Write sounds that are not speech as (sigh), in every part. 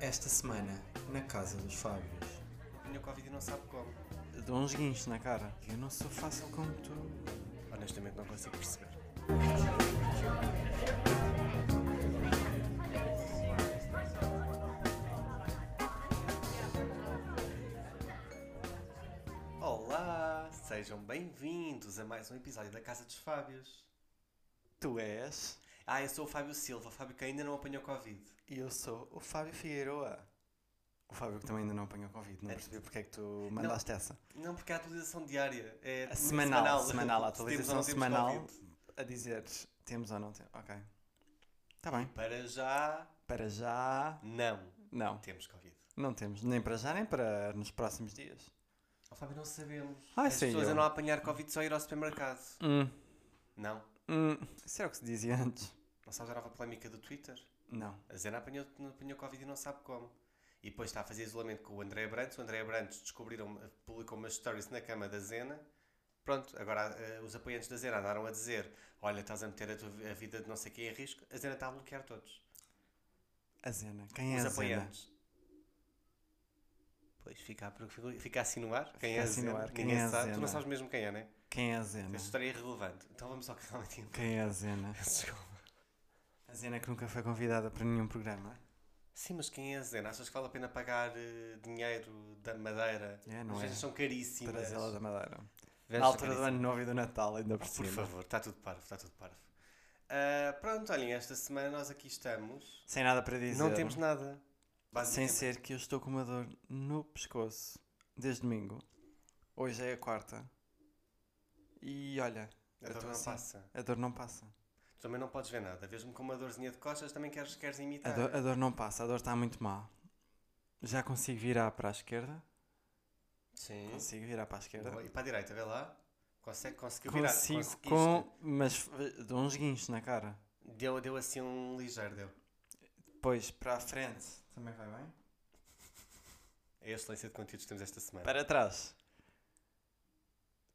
esta semana na casa dos Fábios. Tenho Covid e não sabe como. Dou uns guinchos na cara. Eu não sou fácil como tu. Honestamente, não consigo perceber. Olá! Sejam bem-vindos a mais um episódio da Casa dos Fábios. Tu és Ah, eu sou o Fábio Silva, o Fábio que ainda não apanhou Covid. e eu sou o Fábio Figueiroa. O Fábio que também ainda não apanhou convite. Não percebi porque é que tu mandaste essa. Não, porque há atualização diária. É A semanal, semanal, a Se atualização temos ou não temos semanal Covid. a dizeres temos ou não temos. Ok. Está Tá bem. Para já, Para já. não Não, temos Covid. não temos. Nem para já, nem para nos próximos dias. Oh, Fábio, não sabemos. Ai, As sei pessoas Ah, eu. a não apanhar Covid só ir ao supermercado. Hum, Não. hum. Isso era o que se dizia antes. Não sabes a nova polémica do Twitter? Não. A Zena apanhou, não apanhou Covid e não sabe como. E depois está a fazer isolamento com o André Brantes. O André Brantes descobriram, publicou umas stories na cama da Zena. Pronto, agora eh, os apoiantes da Zena andaram a dizer: Olha, estás a meter a, tua, vi- a vida de não sei quem em risco. A Zena está a bloquear todos. A Zena. Quem é os a Zena? apoiantes. Pois fica, a per- fica a assinuar quem Fica é a a Zena. assinuar quem Ninguém é a sabe. Tu Zena. não sabes mesmo quem é, né? Quem é a Zena? Esta história é irrelevante. Então vamos ao que realmente interessa. Quem é a Zena? (laughs) Desculpa. A Zena que nunca foi convidada para nenhum programa. Sim, mas quem é a Zena? Achas que vale a pena pagar eh, dinheiro da Madeira? É, não As é? vezes são caríssimas. Trazê-la da Madeira. Vejas Na altura são do caríssimas. ano novo e do Natal, ainda por Por cima. favor, está tudo parvo, está tudo parvo. Ah, pronto, olhem, esta semana nós aqui estamos. Sem nada para dizer. Não temos nada. Sem Basicamente. ser que eu estou com uma dor no pescoço desde domingo. Hoje é a quarta. E olha, A eu dor tô Então não assim. passa. a dor não passa. Tu também não podes ver nada. Vês-me com uma dorzinha de costas, também queres, queres A imitar. dor, a dor não passa, a dor está muito má. Já consigo virar para a esquerda? Sim. Consigo virar para a esquerda? Boa. E para a direita, vê lá. Consegue, conseguiu virar. Consigo Conseguiste. com. Mas f- dou uns guinchos na cara. Deu, deu assim um ligeiro, deu. Pois, para a frente. Também vai bem? É a excelência de conteúdos que temos esta semana. Para trás.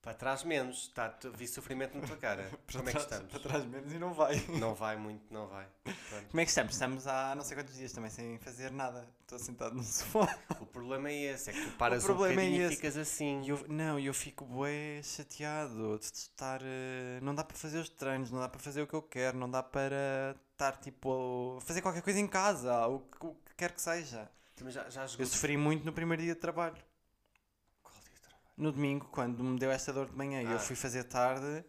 Para trás menos, tá, tu- vi sofrimento na tua cara. (laughs) Para Como é que trás, estamos? Para trás menos e não vai. Não vai muito, (laughs) não vai. Pronto. Como é que estamos? Estamos há não sei quantos dias também sem fazer nada. Estou sentado no (laughs) sofá. O problema é esse, é que tu paras um problema é bocadinho e esse. ficas assim. E eu, não, eu fico bué chateado de estar... eh, Não dá para fazer os treinos, não dá para fazer o que eu quero, não dá para estar tipo... a Fazer qualquer coisa em casa, o que, o que quer que seja. Também já, já Eu jogou. sofri muito no primeiro dia de trabalho. Qual é dia de trabalho? No domingo, quando me deu esta dor de manhã e Ah. eu fui fazer tarde...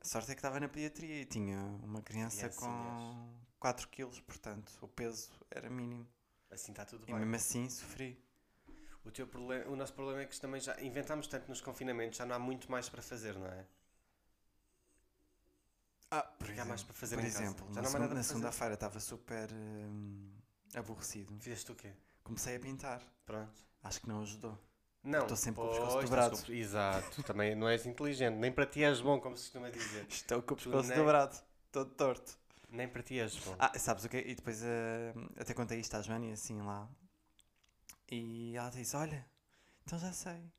A sorte é que estava na pediatria e tinha uma criança Criança, com 4 quilos, portanto o peso era mínimo. Assim está tudo E bem. mesmo assim sofri. O, teu problema, o nosso problema é que também já inventámos tanto nos confinamentos, já não há muito mais para fazer, não é? Ah, por Porque há exemplo, mais para fazer por em casa. exemplo Já na, não segun- há nada na para fazer. segunda-feira estava super hum, aborrecido. Fizeste o quê? Comecei a pintar. Pronto. Acho que não ajudou. Não. Estou sempre com o pescoço pois, estás dobrado. com o pe- Exato. Também não és inteligente. Nem para ti és bom, como se costuma dizer. Estou com o Tu pescoço nem- dobrado. Todo torto. Nem para ti és bom. Ah, sabes o quê? E depois hum, até contei isto à Joana e assim lá. E ela disse, olha, então já sei.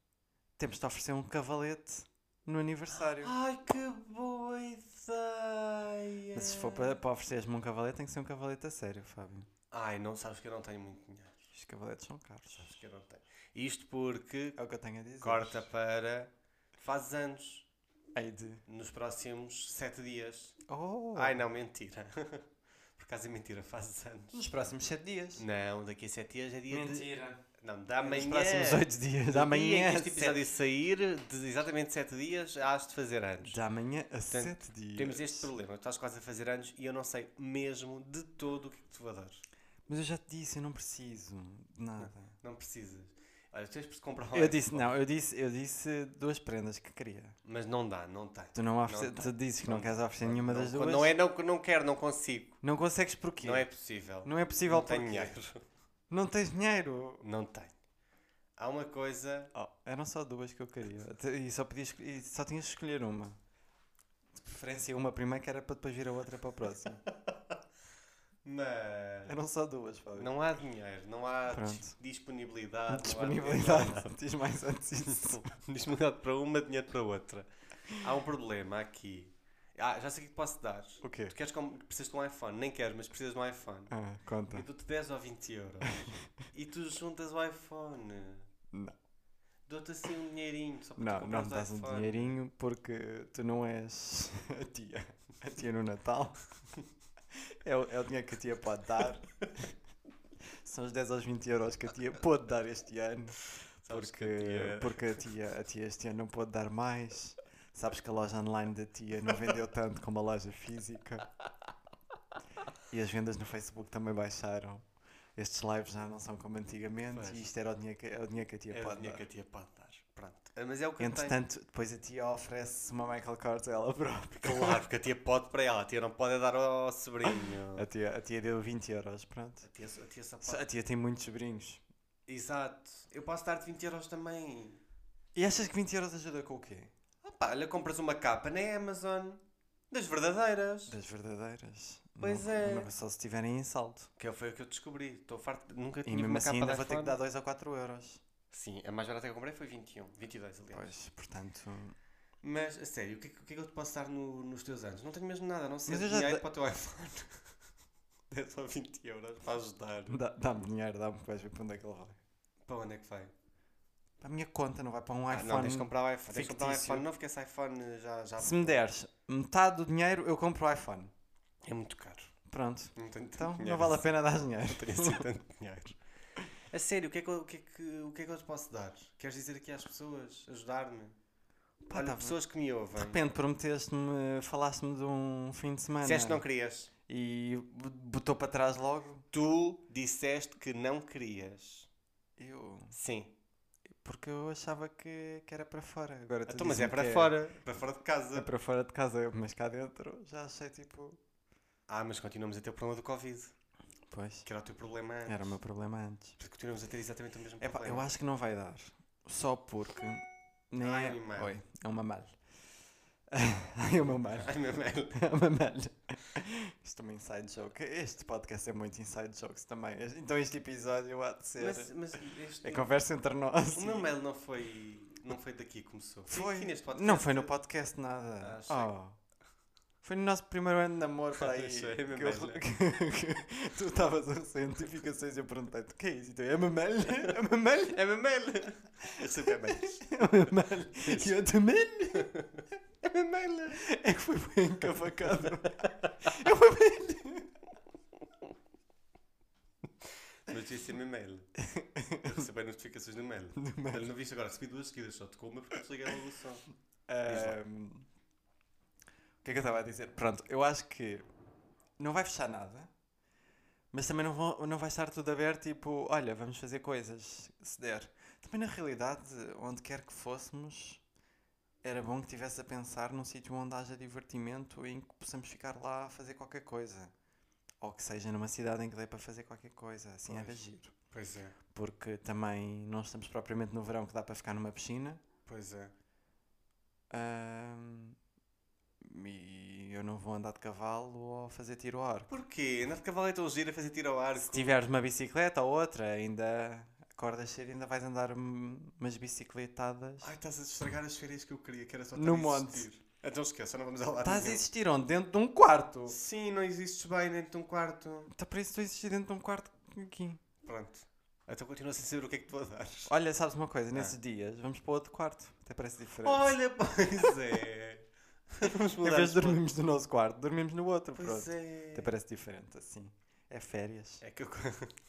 Temos de oferecer um cavalete no aniversário. Ai, que boa ideia! Mas se for para, para ofereceres-me um cavalete, tem que ser um cavalete a sério, Fábio. Ai, não sabes que eu não tenho muito dinheiro. Os cavaletes são caros. Sabes que eu não tenho. Isto porque É o que eu tenho a dizer. corta para. Faz anos. Ei de... Nos próximos sete dias. Oh! Ai, não, mentira. (laughs) Por acaso é mentira, faz anos. Nos próximos 7 dias. Não, daqui a sete dias é dia Mentira. de. Não, da Nos manhã. próximos 8 dias. Da manhã que a este episódio sair, de exatamente sete dias, has de fazer anos. sete- Da manhã a 7 dias. Temos este problema, estás quase a fazer anos e eu não sei mesmo de todo o que é que tu vou dar. Mas eu já te disse, eu não preciso de nada. Não precisas. Olha, tens de comprar um Eu iPhone, disse, não, eu disse, eu disse duas prendas que queria. Mas não dá, não tem. Tu não, oferece, Não, tu dizes que não, não, queres oferecer nenhuma das não, duas. não é não, não quero, não consigo. Não consegues porquê? Não é possível. Não é possível não tenho porquê? dinheiro. (laughs) Não tens dinheiro. Não tenho. Há uma coisa. Oh, eram só duas que eu queria. Te- E só, podias, escol- e só tinhas de escolher uma. De preferência uma primeiro que era para depois vir a outra para o (laughs) próximo. Mas. Eram só duas, Fábio. Não há dinheiro, não há Pronto. dis- disponibilidade. (laughs) Não há Disponibilidade. Diz mais antes disso. dinheiro. disponibilidade para uma, dinheiro para outra. Há um problema aqui. Ah, já sei (laughs) o que te posso dar. O quê? Tu queres como. Precisas de um iPhone? Nem queres, mas precisas de um iPhone. Ah, conta. Eu dou-te 10 ou (laughs) 20 euros. e tu juntas o iPhone. Não. Dou-te assim um dinheirinho só para tu Não, não me comprar o dás um iPhone. dinheirinho porque tu não és (laughs) a tia. A tia no Natal. (laughs) É o, é o dinheiro que a tia pode (laughs) dar. São os 10 aos 20 euros que a tia pode dar este ano. Sabes que Porque, a tia- porque a, tia, a tia este ano não pode dar mais. Sabes que a loja online da tia não vendeu tanto como a loja física. E as vendas no Facebook também baixaram. Estes lives já não são como antigamente. Pois. E isto era o dinheiro que, é o dinheiro que a tia É o pode dinheiro dar. que a tia pode dar. Pronto. Ah, Mas é o que eu tenho. Entretanto, depois a tia oferece uma Michael Kors a ela própria. Claro, porque a tia pode para ela, a tia não pode é dar ao sobrinho. (laughs) A tia, a tia deu 20 euros, pronto. A tia, a tia só Só- pode. A tia tem muitos sobrinhos. Exato. Eu posso dar-te 20 euros também. E achas que 20 euros ajuda com o quê? Ah pá, olha, compras uma capa na Amazon. Das verdadeiras. Das verdadeiras. Pois Não- é. não- Só se tiverem em saldo. Que foi o que eu descobri. Estou farto. de- Nunca E tinha mesmo uma assim capa ainda da vou ter que iPhone. dar 2 ou 4 euros. Sim, a mais barata que eu comprei foi 21. 22, aliás. Pois, portanto. Mas, a sério, o que, é que- o que é que eu te posso dar no- nos teus anos? Não tenho mesmo nada, a não sei Mas eu já dinheiro te- para o teu iPhone. (laughs) É só 20 euros para ajudar. dá- Dá-me dinheiro, dá-me que vais ver para onde é que ele vai. Para onde é que vai? Para a minha conta, não vai para um Ah, iPhone. não, tens de comprar o iPhone. Tens de comprar um fictício. iPhone novo, que esse iPhone já... já... Se me deres metade do dinheiro, eu compro o iPhone. É muito caro. Pronto. Não tenho tanto Então, não dinheiro vale a assim. pena dar dinheiro. Não tenho assim (laughs) tanto dinheiro. A sério, o que, é que eu, o, que é que, o que é que eu te posso dar? Queres dizer aqui às pessoas? Ajudar-me? Pá, Olha, tá- pessoas que me ouvem. De repente prometeste-me, falaste-me de um fim de semana Disseste que não querias. e b- botou para trás logo. Tu disseste que não querias. Eu. Sim. Porque eu achava que, que era para fora. Agora tu Então, mas é dizes-me para que fora. Para fora de É casa. para fora de casa, mas cá dentro já achei tipo. Ah, mas continuamos a ter o problema do Covid. Pois. Que era o teu problema antes. um Era o meu problema antes. Porque Continuamos a ter exatamente o mesmo É pá, problema. eu acho que não vai dar. Só porque. Nem Ai, é. meu mal. Oi, é uma mal. Ai, (laughs) é uma mal. Ai, meu merda. É uma mal. Isto é um inside joke. Este podcast é muito inside jokes também. Então este episódio há de ser. Mas, mas este- É conversa entre nós. o meu mail não foi, não foi daqui que começou. Foi. aqui neste podcast. Não foi no podcast nada. Ah, sei. Oh. Foi no nosso primeiro ano de namoro (laughs) para aí. Achei, é que, mamelha. eu- que- que (laughs) tu estavas a receber notificações e eu perguntei-te: o que é isso? E tu, é mamelha? É mamelha? (laughs) É meu mail. Eu sempre é mails. (laughs) É mamelha? E eu (laughs) também? (laughs) É mamelha? É que foi bem encavacado. É mamelha? Mas devia ser meu mail. Eu recebi notificações no mail. No Olha, não viste agora, recebi duas seguidas, só tocou uma porque eu desliguei logo o som. Ahm, o que é que eu estava a dizer? Pronto, eu acho que não vai fechar nada, mas também não, vão- não vai estar tudo aberto, tipo, olha, vamos fazer coisas, se der. Também na realidade, onde quer que fôssemos, era bom que estivesse a pensar num sítio onde haja divertimento em que possamos ficar lá a fazer qualquer coisa. Ou que seja numa cidade em que dê para fazer qualquer coisa, assim era Pois. giro. Pois é, Porque também não estamos propriamente no verão que dá para ficar numa piscina. pois é. Ahm, e eu não vou andar de cavalo ou fazer tiro ao arco. Porquê? Andar de cavalo é tão giro a fazer tiro ao arco. Se tiveres uma bicicleta ou outra, ainda acordas cedo, ainda vais andar hum, umas bicicletadas. Ai, estás a estragar as férias que eu queria, que era só No estar a monte. existir. Então esquece, não vamos ao lado Estás a nenhum. existir onde? Dentro de um quarto. Sim, não existes bem dentro de um quarto. Está para isso, estou a existir dentro de um quarto aqui. Pronto. Então continua sem saber o que é que tu a dar. Olha, sabes uma coisa? Nesses dias vamos para outro quarto. Até parece diferente. Olha, pois é. Vamos em mudar vez de de dormirmos no nosso quarto, dormimos no outro. Pois Pronto. é. Até parece diferente, assim. É férias. É que eu,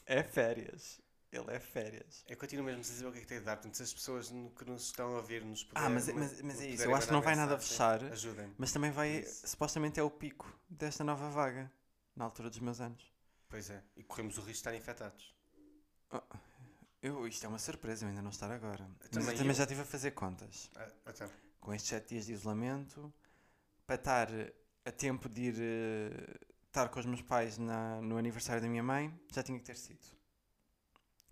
É férias. Ele é férias. eu continuo mesmo sem saber o que é que tem de dar. Portanto, se as pessoas no- que nos estão a ouvir nos Ah, mas- puderem- mas- mas é isso, puderem eu acho que mandar não vai nada mensagem, fechar. Ajudem-me. Mas também vai, Isso. supostamente é o pico desta nova vaga, na altura dos meus anos. Pois é. E corremos o risco de estar infectados. Eu, isto é uma surpresa, eu ainda não estar agora. Mas eu também também eu. já estive a fazer contas. Ah, então. Com estes 7 dias de isolamento, para estar a tempo de ir eh, estar com os meus pais na- no aniversário da minha mãe, já tinha que ter sido.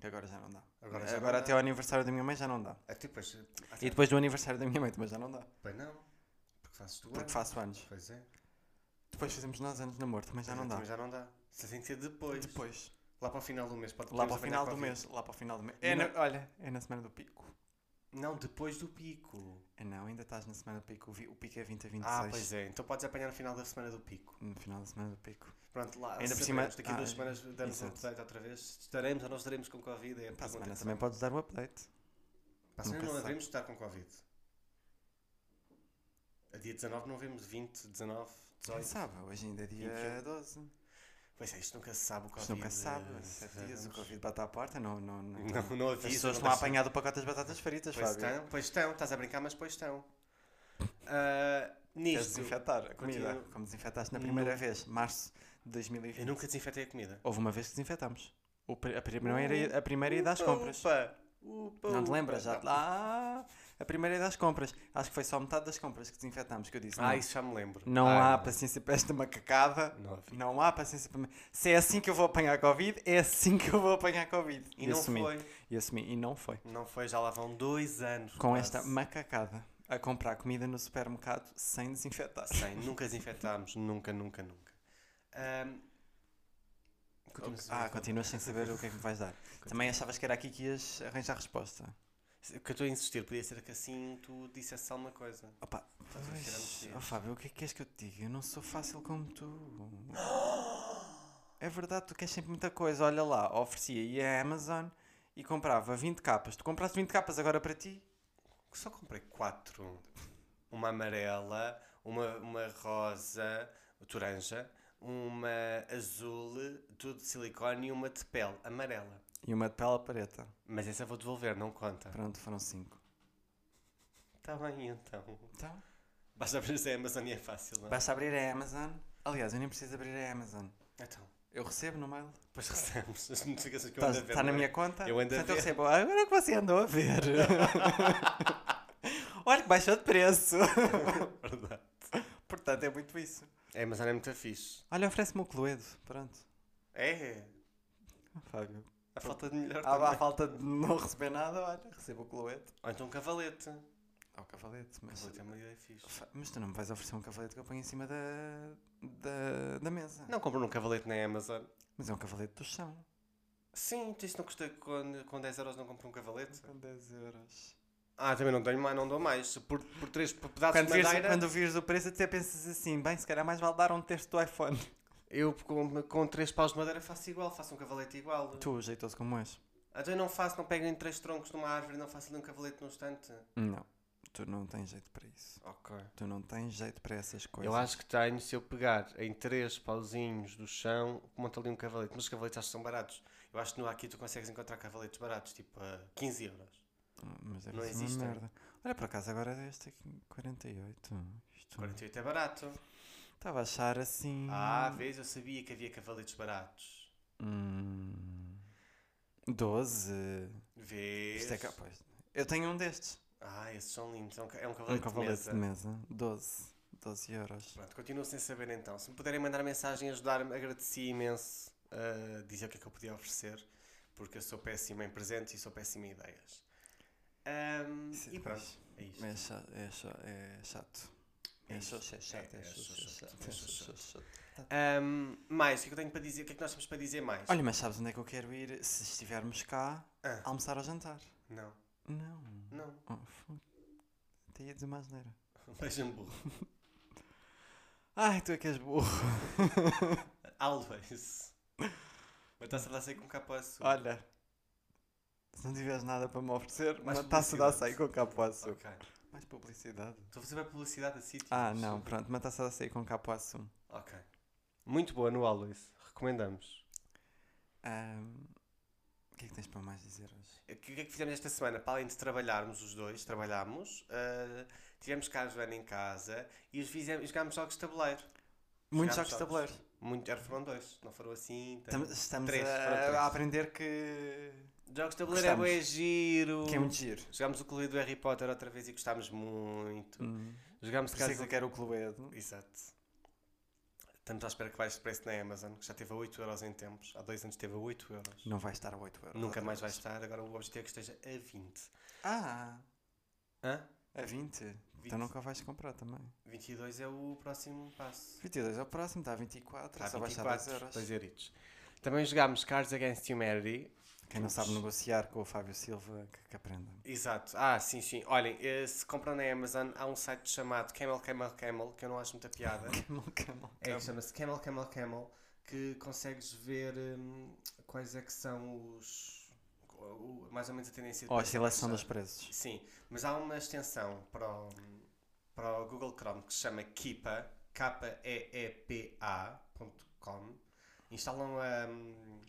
Que Agora já não dá. Agora Agora, já não até dá. ao aniversário da minha mãe já não dá. Até depois. ah, E tá. depois do aniversário da minha mãe também já não dá. Bem, não. Porque fazes tu Porque anos. faço anos. Pois é. Depois fazemos nós anos de namoro, também já não dá. Mas já não dá. Isso tem que ser depois. Depois. Lá para o final do mês. Pode Lá para o podemos final apanhar do Covid. mês, lá para o final do mês. É Não. na- olha, é na semana do pico. Não, depois do pico. Ah, Não, ainda estás na semana do pico. O vi- O pico é 20 a 26. Ah, pois é. Então podes apanhar no final da semana do pico. No final da semana do pico. Pronto, lá. Ainda por saberemos. cima- Daqui a ah, duas semanas damos um exato. update outra vez. Estaremos ou não estaremos com Covid? É a Para a pergunta semana que também podes dar o update. Para a semana Nunca não se sabe. devemos estar com Covid. A dia 19 não vemos 20, 19, Quem 18. sabe? Hoje ainda é dia 21. 12. Pois é, isto nunca se sabe o Covid. Isto nunca se sabe. eh, é Sete dias o vamos- Covid bate à porta. Não, não, não. Não, não As pessoas avisa. nunca estão a se- apanhar do pacote das batatas fritas, Pois Fábio. estão, pois estão, estás a brincar, mas (laughs) pois estão. Queres Ah, nisto, desinfetar a comida. Continua. Como desinfetaste na primeira Não. vez, março de eu 2020. nunca desinfetei a comida. Houve uma vez que desinfetámos. O pri- a primeira, a primeira ida às Upa, compras. upa, upa, Não te upa. lembras? Já... Não. Ah, a primeira ida às compras. Acho que foi só metade das compras que desinfetámos que eu disse. Ah, não. isso já me lembro. Não Ah, há paciência para esta macacada. Não havia. Não há paciência para. Se é assim que eu vou apanhar Covid, é assim que eu vou apanhar Covid. E não assumi. foi. E assumi. E não foi. Não foi, já lá vão dois anos. Com quase. esta macacada a comprar comida no supermercado sem desinfetar. Sem, nunca desinfetámos, nunca, nunca, nunca. Ahm, continuas a Ah, dizer. continuas sem saber o que é que me vais dar. Também achavas que era aqui que ias arranjar resposta. O que eu estou a insistir, podia ser que assim tu dissesse alguma coisa. Opa, Faz uns grandes pois, dias. oh, Fábio, o que é que queres que eu te diga? Eu não sou fácil como (gasps) tu. É verdade, tu queres sempre muita coisa. Olha lá, oferecia e a Amazon e comprava 20 capas. Tu compraste 20 capas agora para ti? Só comprei quatro: uma amarela, uma, uma rosa, toranja, uma azul, tudo de silicone e uma de pele, amarela. E uma de pela preta. Mas essa eu vou devolver, não conta. Pronto, foram 5. Está bem então. Então, Basta abrir a Amazon e é fácil, não é? basta abrir a Amazon. Aliás, eu nem preciso abrir a Amazon. Então, Eu recebo no mail. depois recebemos as notificações que eu Está ando a ver, Tá, na não é? minha conta? Eu ando a Portanto, eu ver. recebo. "Ah, Agora que você andou a (laughs) ver. Olha que baixou de preço. É Verdade. Portanto, é muito isso. A Amazon é muito fixe. Olha, oferece-me o Cluedo. Pronto. É, Fábio. a falta de melhor Há, há também. Ah, falta de não receber nada, olha, recebo o Cluedo. Ou então um cavalete. Ao Ah, cavalete, mas. Cavalete é uma ideia fixe. Fa- Mas tu não me vais oferecer um cavalete que eu ponho em cima da, da, da mesa. Não compro um cavalete na Amazon. Mas é um cavalete do chão. Sim, tu isso não custa com, com 10 euros não compro um cavalete. Com 10 euros. Ah, também não tenho mais, não dou mais. Por, por 3 pedaços Quando de vires, madeira, quando vires o preço, até pensas assim: bem, se calhar mais vale dar um terço do iPhone. (laughs) eu com, com 3 paus de madeira faço igual, faço um cavalete igual. Tu, jeitoso como és. Até eu não faço, não pego nem 3 troncos numa árvore, não faço ali um cavalete num instante. Não, tu não tens jeito para isso. Ok. Tu não tens jeito para essas coisas. Eu acho que tenho, se eu pegar em 3 pauzinhos do chão, monto ali um cavalete. Mas os cavaletes acho que são baratos. Eu acho que no aqui tu consegues encontrar cavaletes baratos, tipo a 15 euros. Ah, Mas deve não ser existem. uma merda. Olha, por acaso agora deste aqui 48. Isto 48 é barato. estava a achar assim. Ah, vês, eu sabia que havia cavaletes baratos. Hum, 12. Vês? Isto é que- pois, Eu tenho um destes. Ah, esses são lindos. É um, ca- é um Um cavalete, cavalete de de mesa. mesa. 12. 12 euros. Pronto, continuo sem saber então. Se me puderem mandar mensagem e ajudar-me, agradeci imenso a dizer o que é que eu podia oferecer, porque eu sou péssimo em presentes e sou péssimo em ideias. Ahm, Isso é e pronto, fixe. é isto. É, cha- é, cha- é chato. É É isso. chato, é chato, É, é é chato, chato, é chato, é é chato, é chato. Ahm, mais, o que é que eu tenho para dizer? O que é que nós temos para dizer mais? Olha, mas sabes onde é que eu quero ir se estivermos cá Ah. almoçar ou jantar? Não, Não. não. (laughs) Oh, fu- Até ia dizer uma asneira. Beija-me burro. Ai, tu é que és burro. (laughs) Always. Uma taça de açaí com um capa açúcar. Olha, se não tiveres nada para me oferecer, Mais uma taça de açaí publicidade. com capa de açúcar. Ok. Mais publicidade. Estou a fazer uma publicidade a sítios. Ah, não, pronto, uma taça de açaí com capa de açúcar. Ok. Muito boa no Always. Recomendamos. Ahm, O que é que tens para mais dizer hoje? O que o que é que fizemos esta semana? Para além de trabalharmos os dois, trabalhámos, ah, tivemos cá a Joana em casa e os fizemos, jogámos jogos de tabuleiro. Muitos Jogámos jogos de tabuleiro. Muito, já foram dois, não foram assim. tanto. Tam- Estamos Três, a, foram três. a aprender que... Jogos de tabuleiro é Gostamos. bué giro. que é muito giro. Jogámos o clube do Harry Potter outra vez e gostámos muito. Hum. Jogámos Por isso é que casa... Hum. eu quero o Cluedo. Exato. Estamos à espera que baixe de preço na Amazon, que já teve a 8 euros em tempos. Há dois anos teve a 8 euros. Não vai estar a 8 euros. Nunca outra mais vai vez. estar, agora o objetivo é que esteja a 20. Ah, Hã? a 20. 20. Então nunca vais comprar também. 22 é o próximo passo. 22 é o próximo, está a 24, Está só a baixar 2 24, euros. 2 euritos. Também jogámos Cards Against Humanity, Quem não sabe negociar com o Fábio Silva, que, que (laughs) aprenda. Exato. Ah, sim, sim. Olhem, eh, se compram na Amazon, há um site chamado Camel Camel Camel, que eu não acho muita piada. Camel, camel, é que camel. chama-se Camel Camel Camel, que consegues ver hum, quais é que são os. o- mais ou menos a tendência de Ou a preço. seleção dos preços. Sim, mas há uma extensão para o, para o Google Chrome que se chama Keepa, K-E-E-P-A.com. Instalam a, hum,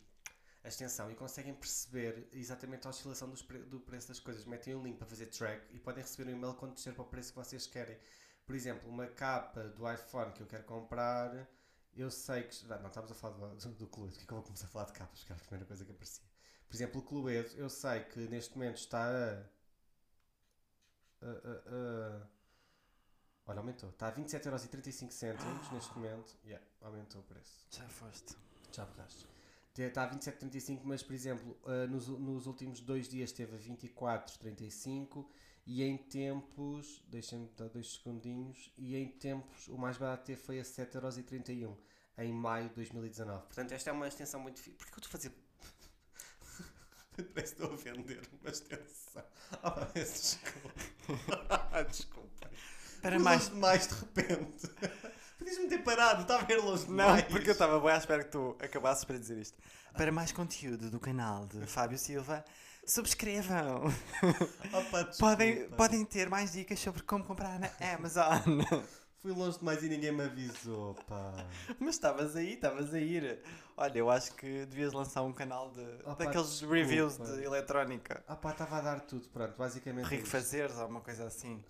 a extensão e conseguem perceber exatamente a oscilação dos pre- do preço das coisas. Metem um link para fazer track e podem receber um e-mail quando descer para o preço que vocês querem. Por exemplo, uma capa do iPhone que eu quero comprar, eu sei que. Não, não estamos a falar do, do, do Cluedo, que é que eu vou começar a falar de capas, que era a primeira coisa que aparecia. Por exemplo, o Cluedo, eu sei que neste momento está a. Uh, uh, uh. Olha, aumentou. Está a 27,35€ neste momento. Yeah, aumentou o preço. Já foste. Já borraste. Está tá a 27,35€, mas, por exemplo, uh, nos, u- nos últimos dois dias teve a 24,35€ e em tempos, deixem-me dar dois segundinhos, e em tempos o mais barato até foi a 7,31€ em maio de 2019. Portanto, esta é uma extensão muito... Fi... Porquê que eu estou a fazer... (laughs) Parece que estou a vender uma extensão. (laughs) Ah, desculpa. (laughs) desculpa. Para Fui mais. longe demais de repente. (laughs) Podias-me ter parado, estava a ver longe Não, demais. porque eu estava bem à espera que tu acabasses para dizer isto. Para mais conteúdo do canal de Fábio Silva, subscrevam. Opa, desculpa. Podem, podem ter mais dicas sobre como comprar na Amazon. Fui longe demais e ninguém me avisou, pá. (laughs) Mas estavas aí, estavas a ir. Olha, eu acho que devias lançar um canal de, Opa, daqueles desculpa. reviews de eletrónica. Ah pá, estava a dar tudo, pronto, basicamente. é Rico isto. Fazeres ou uma coisa assim.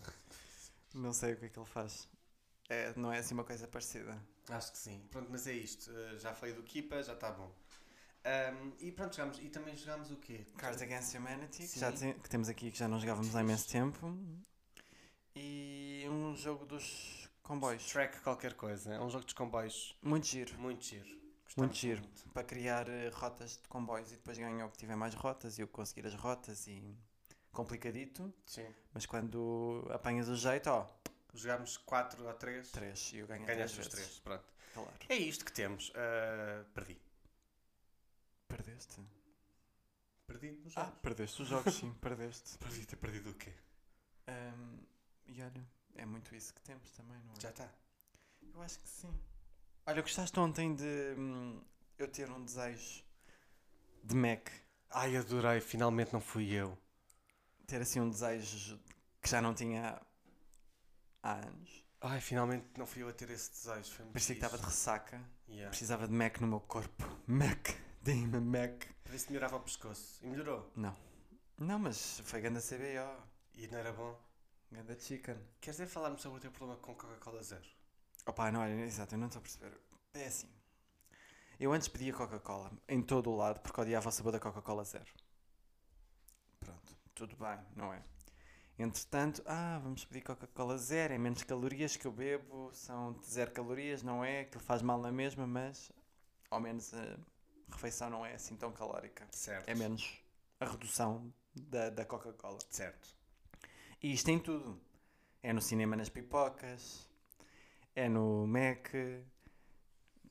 Não sei o que é que ele faz. É, não é assim uma coisa parecida. Acho que sim. Pronto, mas é isto. Uh, já falei do Kipa, já está bom. Ahm, e pronto, jogámos. E também jogámos o quê? Cards Against Humanity, que, já Sim. te- que temos aqui, que já não jogávamos há imenso tempo. E um jogo dos comboios. Track qualquer coisa. É um jogo de comboios Muito giro. muito giro. Muito giro. Para criar eh, rotas de comboios e depois ganhar o que tiver mais rotas e eu conseguir as rotas e. complicadito. Sim. Mas quando apanhas o jeito, ó, Jogámos 4 ou 3. três. E eu ganho três Ganhaste os vezes. 3, pronto. Claro. É isto que temos. Ah, perdi. Perdeste? Perdi nos Ah, jogos. perdeste os jogos, sim, perdeste. Perdi, ter perdido o quê? Ahm, e olha, é muito isso que temos também, não é? Já tá. está. Eu acho que sim. Olha, gostaste ontem de hum, eu ter um desejo de Mac? Ai, adorei, finalmente não fui eu. Ter assim um desejo que já não tinha há anos. Ai, finalmente não fui eu a ter esse desejo. Foi muito Parecia que estava de fixe. ressaca. Yeah. Precisava de Mac no meu corpo. (laughs) Mac, dei-me Mac. Para ver se melhorava o pescoço. E melhorou. Não. Não, mas foi ganda CBO. E não era bom. Ganda chicken. Queres dizer falar-me sobre o teu problema com Coca-Cola Zero? Opa, não, olha, exato, eu não estou a perceber. É assim. Eu antes pedia Coca-Cola em todo o lado porque odiava o sabor da Coca-Cola zero. Pronto, tudo bem, não é? Entretanto, ah, vamos pedir Coca-Cola zero, é menos calorias que eu bebo, são de zero calorias, não é? Aquilo faz mal na mesma, mas ao menos a refeição não é assim tão calórica. Certo. É menos a redução da, da Coca-Cola. Certo. E isto em tudo. É no cinema nas pipocas, é no Mac.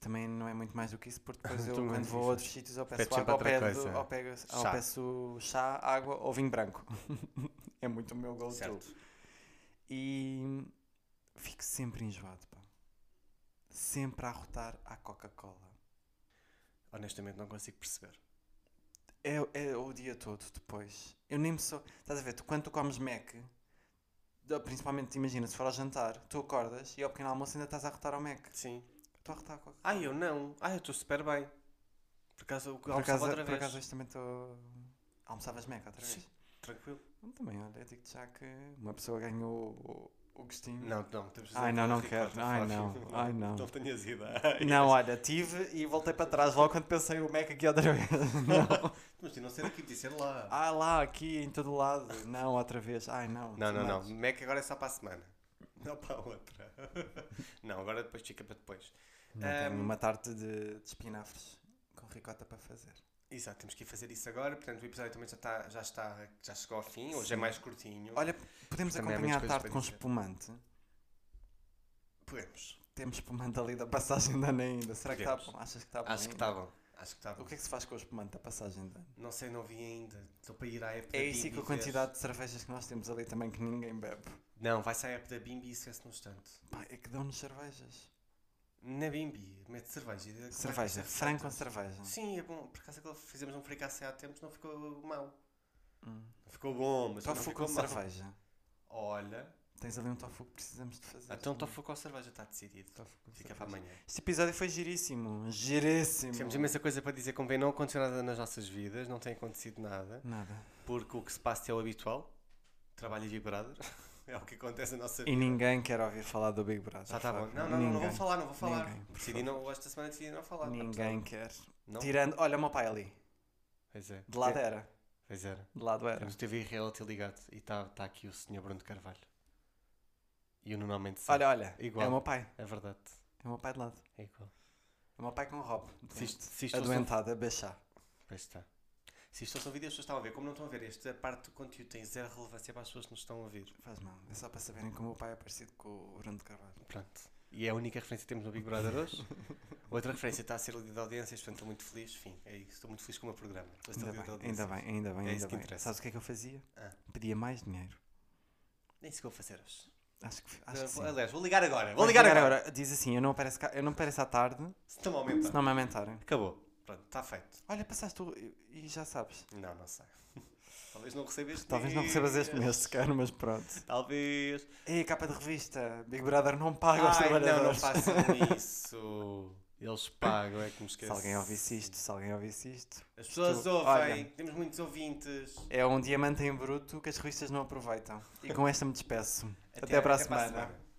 Também não é muito mais do que isso, porque (laughs) depois eu, Então, quando quando vou a fica? outros sítios, ou peço Pedes água, sempre ou, outra pedo, coisa. ou, pego, ou Chá. peço chá, água ou vinho branco. (laughs) é muito o meu go-to. Certo. E fico sempre enjoado, pá. Sempre a rotar à Coca-Cola. Honestamente, não consigo perceber. É, é o dia todo depois. Eu nem me sou. Estás a ver, tu, quando tu comes Mac, da- principalmente, imagina, se for ao jantar, tu acordas e ao pequeno almoço ainda estás a rotar ao Mac. Sim. Estou a rotar com a Ai, eu não. Ai, eu estou super bem. Por acaso, eu Por acaso, almoçava é- outra por vez. acaso, hoje também estou. Almoçavas Mac outra vez? Sim. Tranquilo. Bom, Também, olha, eu digo-te já que uma pessoa ganhou o, o gostinho. Não, não. Temos de Hum. Ai, dizer não, que não fico quero. contra, Ai, Fábio. não. (laughs) Ai, não. Não tenhas ideias. Não, olha, tive e voltei para trás logo quando pensei o Mac aqui outra vez. (laughs) Não. Mas de não ser aqui, de ser lá. Ah, lá, aqui, em todo lado. Não, outra vez. Ai, não. Não, não, não. Mas- Mac agora é só para a semana. Não para a outra. (laughs) não, agora depois fica para depois. Não, tenho Ahm. uma tarde de, de espinafres com ricota para fazer. Exato, temos que ir fazer isso agora. Portanto, o episódio também já, está, já, está, já chegou ao fim. Hoje é Sim. mais curtinho. Olha, podemos Também há acompanhar a muitas tarde com coisas espumante. podemos. Temos espumante ali da passagem da Ana ainda. Será que está Podemos. bom? Achas que está bom? Acho que tá ainda? está bom. Acho que estava. O que é que se faz com o espumante da passagem de ano? Não sei, não vi ainda. Estou para ir à app da É isso e Bimby com a ver. quantidade de cervejas que nós temos ali também que ninguém bebe. Não, vai-se à app da Bimbi e esquece no instante. Pá, é que dão-nos cervejas. Na Bimbi, mete cerveja. e como é que Cerveja, esta frango com receita? cerveja. Sim, é bom. Por acaso aquele fizemos um fricassé há tempos, não ficou mau. Hum. Não ficou bom, mas não Tofu ficou com mau. cerveja. Olha, Tens ali um tofu que precisamos de fazer. então tofu com cerveja está decidido. Tofu com Fica para tá cerveja. amanhã. Este episódio foi giríssimo. Giríssimo. Temos imensa coisa para dizer, convém não acontecer nada nas nossas vidas, não tem acontecido nada, Nada. porque o que se passa é o habitual, trabalho e vibrador, (laughs) é o que acontece na nossa E vida. ninguém quer ouvir falar do Big Brother. Já está Ah, tá bom. Fogo. Não, não, não, não vou Ninguém. falar, não vou falar. Ninguém, por decidi não, esta semana decidi não falar. Ninguém quer. Não? Tirando, olha o meu pai ali. Pois é. De lado era. Pois era. De lado era. Temos TV Reality ligado e está tá aqui o Sr. Bruno de Carvalho. E o Nuno Mendes. Olha, olha. Igual. É o meu pai. É verdade. É o meu pai de lado. É igual. É o meu pai com o Rob. Se isto, se isto fosse um- Adoentado, é a beixar. Pois está. Se isto fosse um vídeo, as pessoas estavam a ver. Como não estão a ver, esta parte do conteúdo tem zero relevância para as pessoas que nos estão a ouvir. Faz mal. É só para saberem como o meu pai é parecido com o Bruno de Carvalho. Pronto. E é a única referência que temos no Big (laughs) Brother hoje. Outra referência está a ser lida de audiências, portanto estou muito feliz. Enfim, é isso. Estou muito feliz com o meu programa. Estou a ser Ainda líder de bem, ainda audiências. bem, ainda bem. É isso ainda que bem. interessa. Sabes o que é que eu fazia? Ah. Pedia mais dinheiro. É isso que eu vou fazer hoje. Acho que, acho que sim. Vou- Aliás, vou ligar agora. Vou Vais ligar, agora. Diz assim, eu não apareço, cá- eu não apareço à tarde Se estão a aumentar. se não me aumentarem. Acabou. Pronto, está feito. Olha, passaste o... e e já sabes. Não, não sei. (laughs) Talvez não recebas este Talvez não recebas este mês. mês sequer, mas pronto. Talvez. Ei, capa de revista. Big Brother não paga os Ai, não, não Ah, trabalhadores. (laughs) façam isso. Eles pagam, é que me se esqueço. alguém ouvisse isto, se alguém ouvisse isto. As pessoas Isto- ouvem, olha. temos muitos ouvintes. É um diamante em bruto que as revistas não aproveitam. E com esta me despeço. Até, para a semana.